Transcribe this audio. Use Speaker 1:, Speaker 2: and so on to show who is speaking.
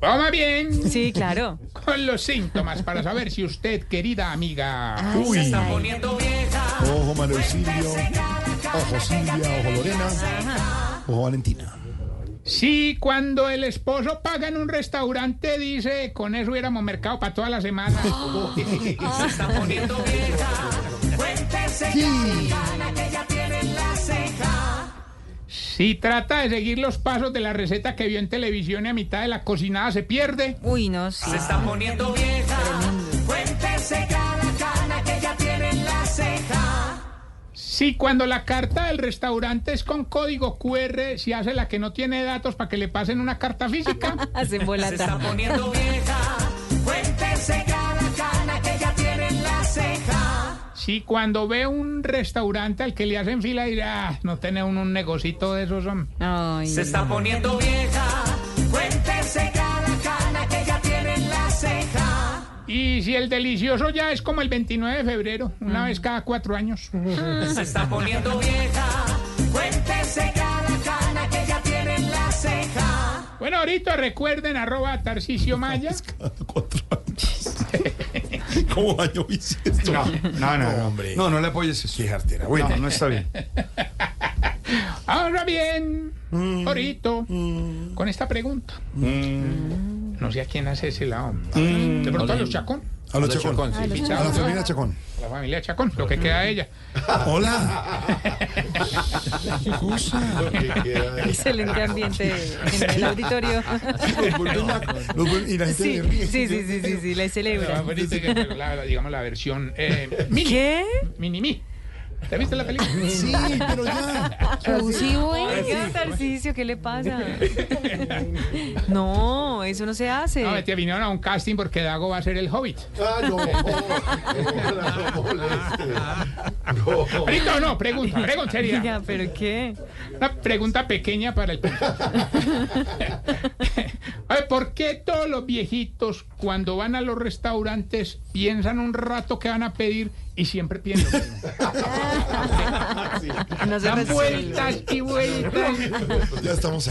Speaker 1: Coma bien
Speaker 2: Sí, claro.
Speaker 1: con los síntomas para saber si usted, querida amiga.
Speaker 2: Ay, ay, ay.
Speaker 3: Ojo Manuel Silvio, ojo Silvia, ojo Lorena, ojo Valentina.
Speaker 1: Si cuando el esposo paga en un restaurante dice, con eso hubiéramos mercado para toda la semana.
Speaker 3: Sí.
Speaker 1: Si trata de seguir los pasos de la receta que vio en televisión y a mitad de la cocinada se pierde.
Speaker 2: Uy, no, sí.
Speaker 1: Si cuando la carta del restaurante es con código QR, si hace la que no tiene datos para que le pasen una carta física.
Speaker 2: Hace volata.
Speaker 1: Si cuando ve un restaurante al que le hacen fila dice, ah, no tiene uno un negocito de esos. hombre".
Speaker 2: Ay.
Speaker 1: Y si el delicioso ya es como el 29 de febrero, una vez cada cuatro años. Bueno, ahorita recuerden arroba Tarcisio Maya.
Speaker 3: Cada cuatro años. ¿Cómo año bisiesto?
Speaker 4: No, no, no, no.
Speaker 3: Hombre.
Speaker 4: No, no le apoyes eso. Bueno, no, está bien.
Speaker 1: Ahora bien, ahorita, con esta pregunta. No sé a quién hace ese lado. De pronto a los Chacón,
Speaker 3: A los Chacón. A la familia Chacón.
Speaker 1: a la familia Chacón, lo que queda de ella.
Speaker 3: Hola.
Speaker 2: Excelente ambiente en el auditorio.
Speaker 3: Los vuelven locos, los vuelven- Y la gente
Speaker 2: Sí,
Speaker 3: se ríe.
Speaker 2: sí, sí, sí, sí, sí, la
Speaker 1: La
Speaker 2: celebra.
Speaker 1: más bonita que- pero la- la- digamos la versión eh, mini.
Speaker 2: ¿Qué?
Speaker 1: Mini mi. ¿Te viste la película?
Speaker 3: Sí, pero ya.
Speaker 2: Abusivo, oiga, Tarcicio, ¿qué le pasa? No, eso no se hace.
Speaker 1: No, te vinieron a un casting porque Dago va a ser el hobbit.
Speaker 3: Ah, no. Hola, no moleste. No.
Speaker 1: Ahorita no, pregunta, pregunta seria.
Speaker 2: Oiga, ¿pero qué?
Speaker 1: Una pregunta pequeña para el público. A ver, ¿por qué todos los viejitos cuando van a los restaurantes piensan un rato que van a pedir y siempre piensan? lo mismo?
Speaker 2: No se
Speaker 1: Dan
Speaker 2: resuelve.
Speaker 1: vueltas y vueltas.
Speaker 3: Ya estamos ahí.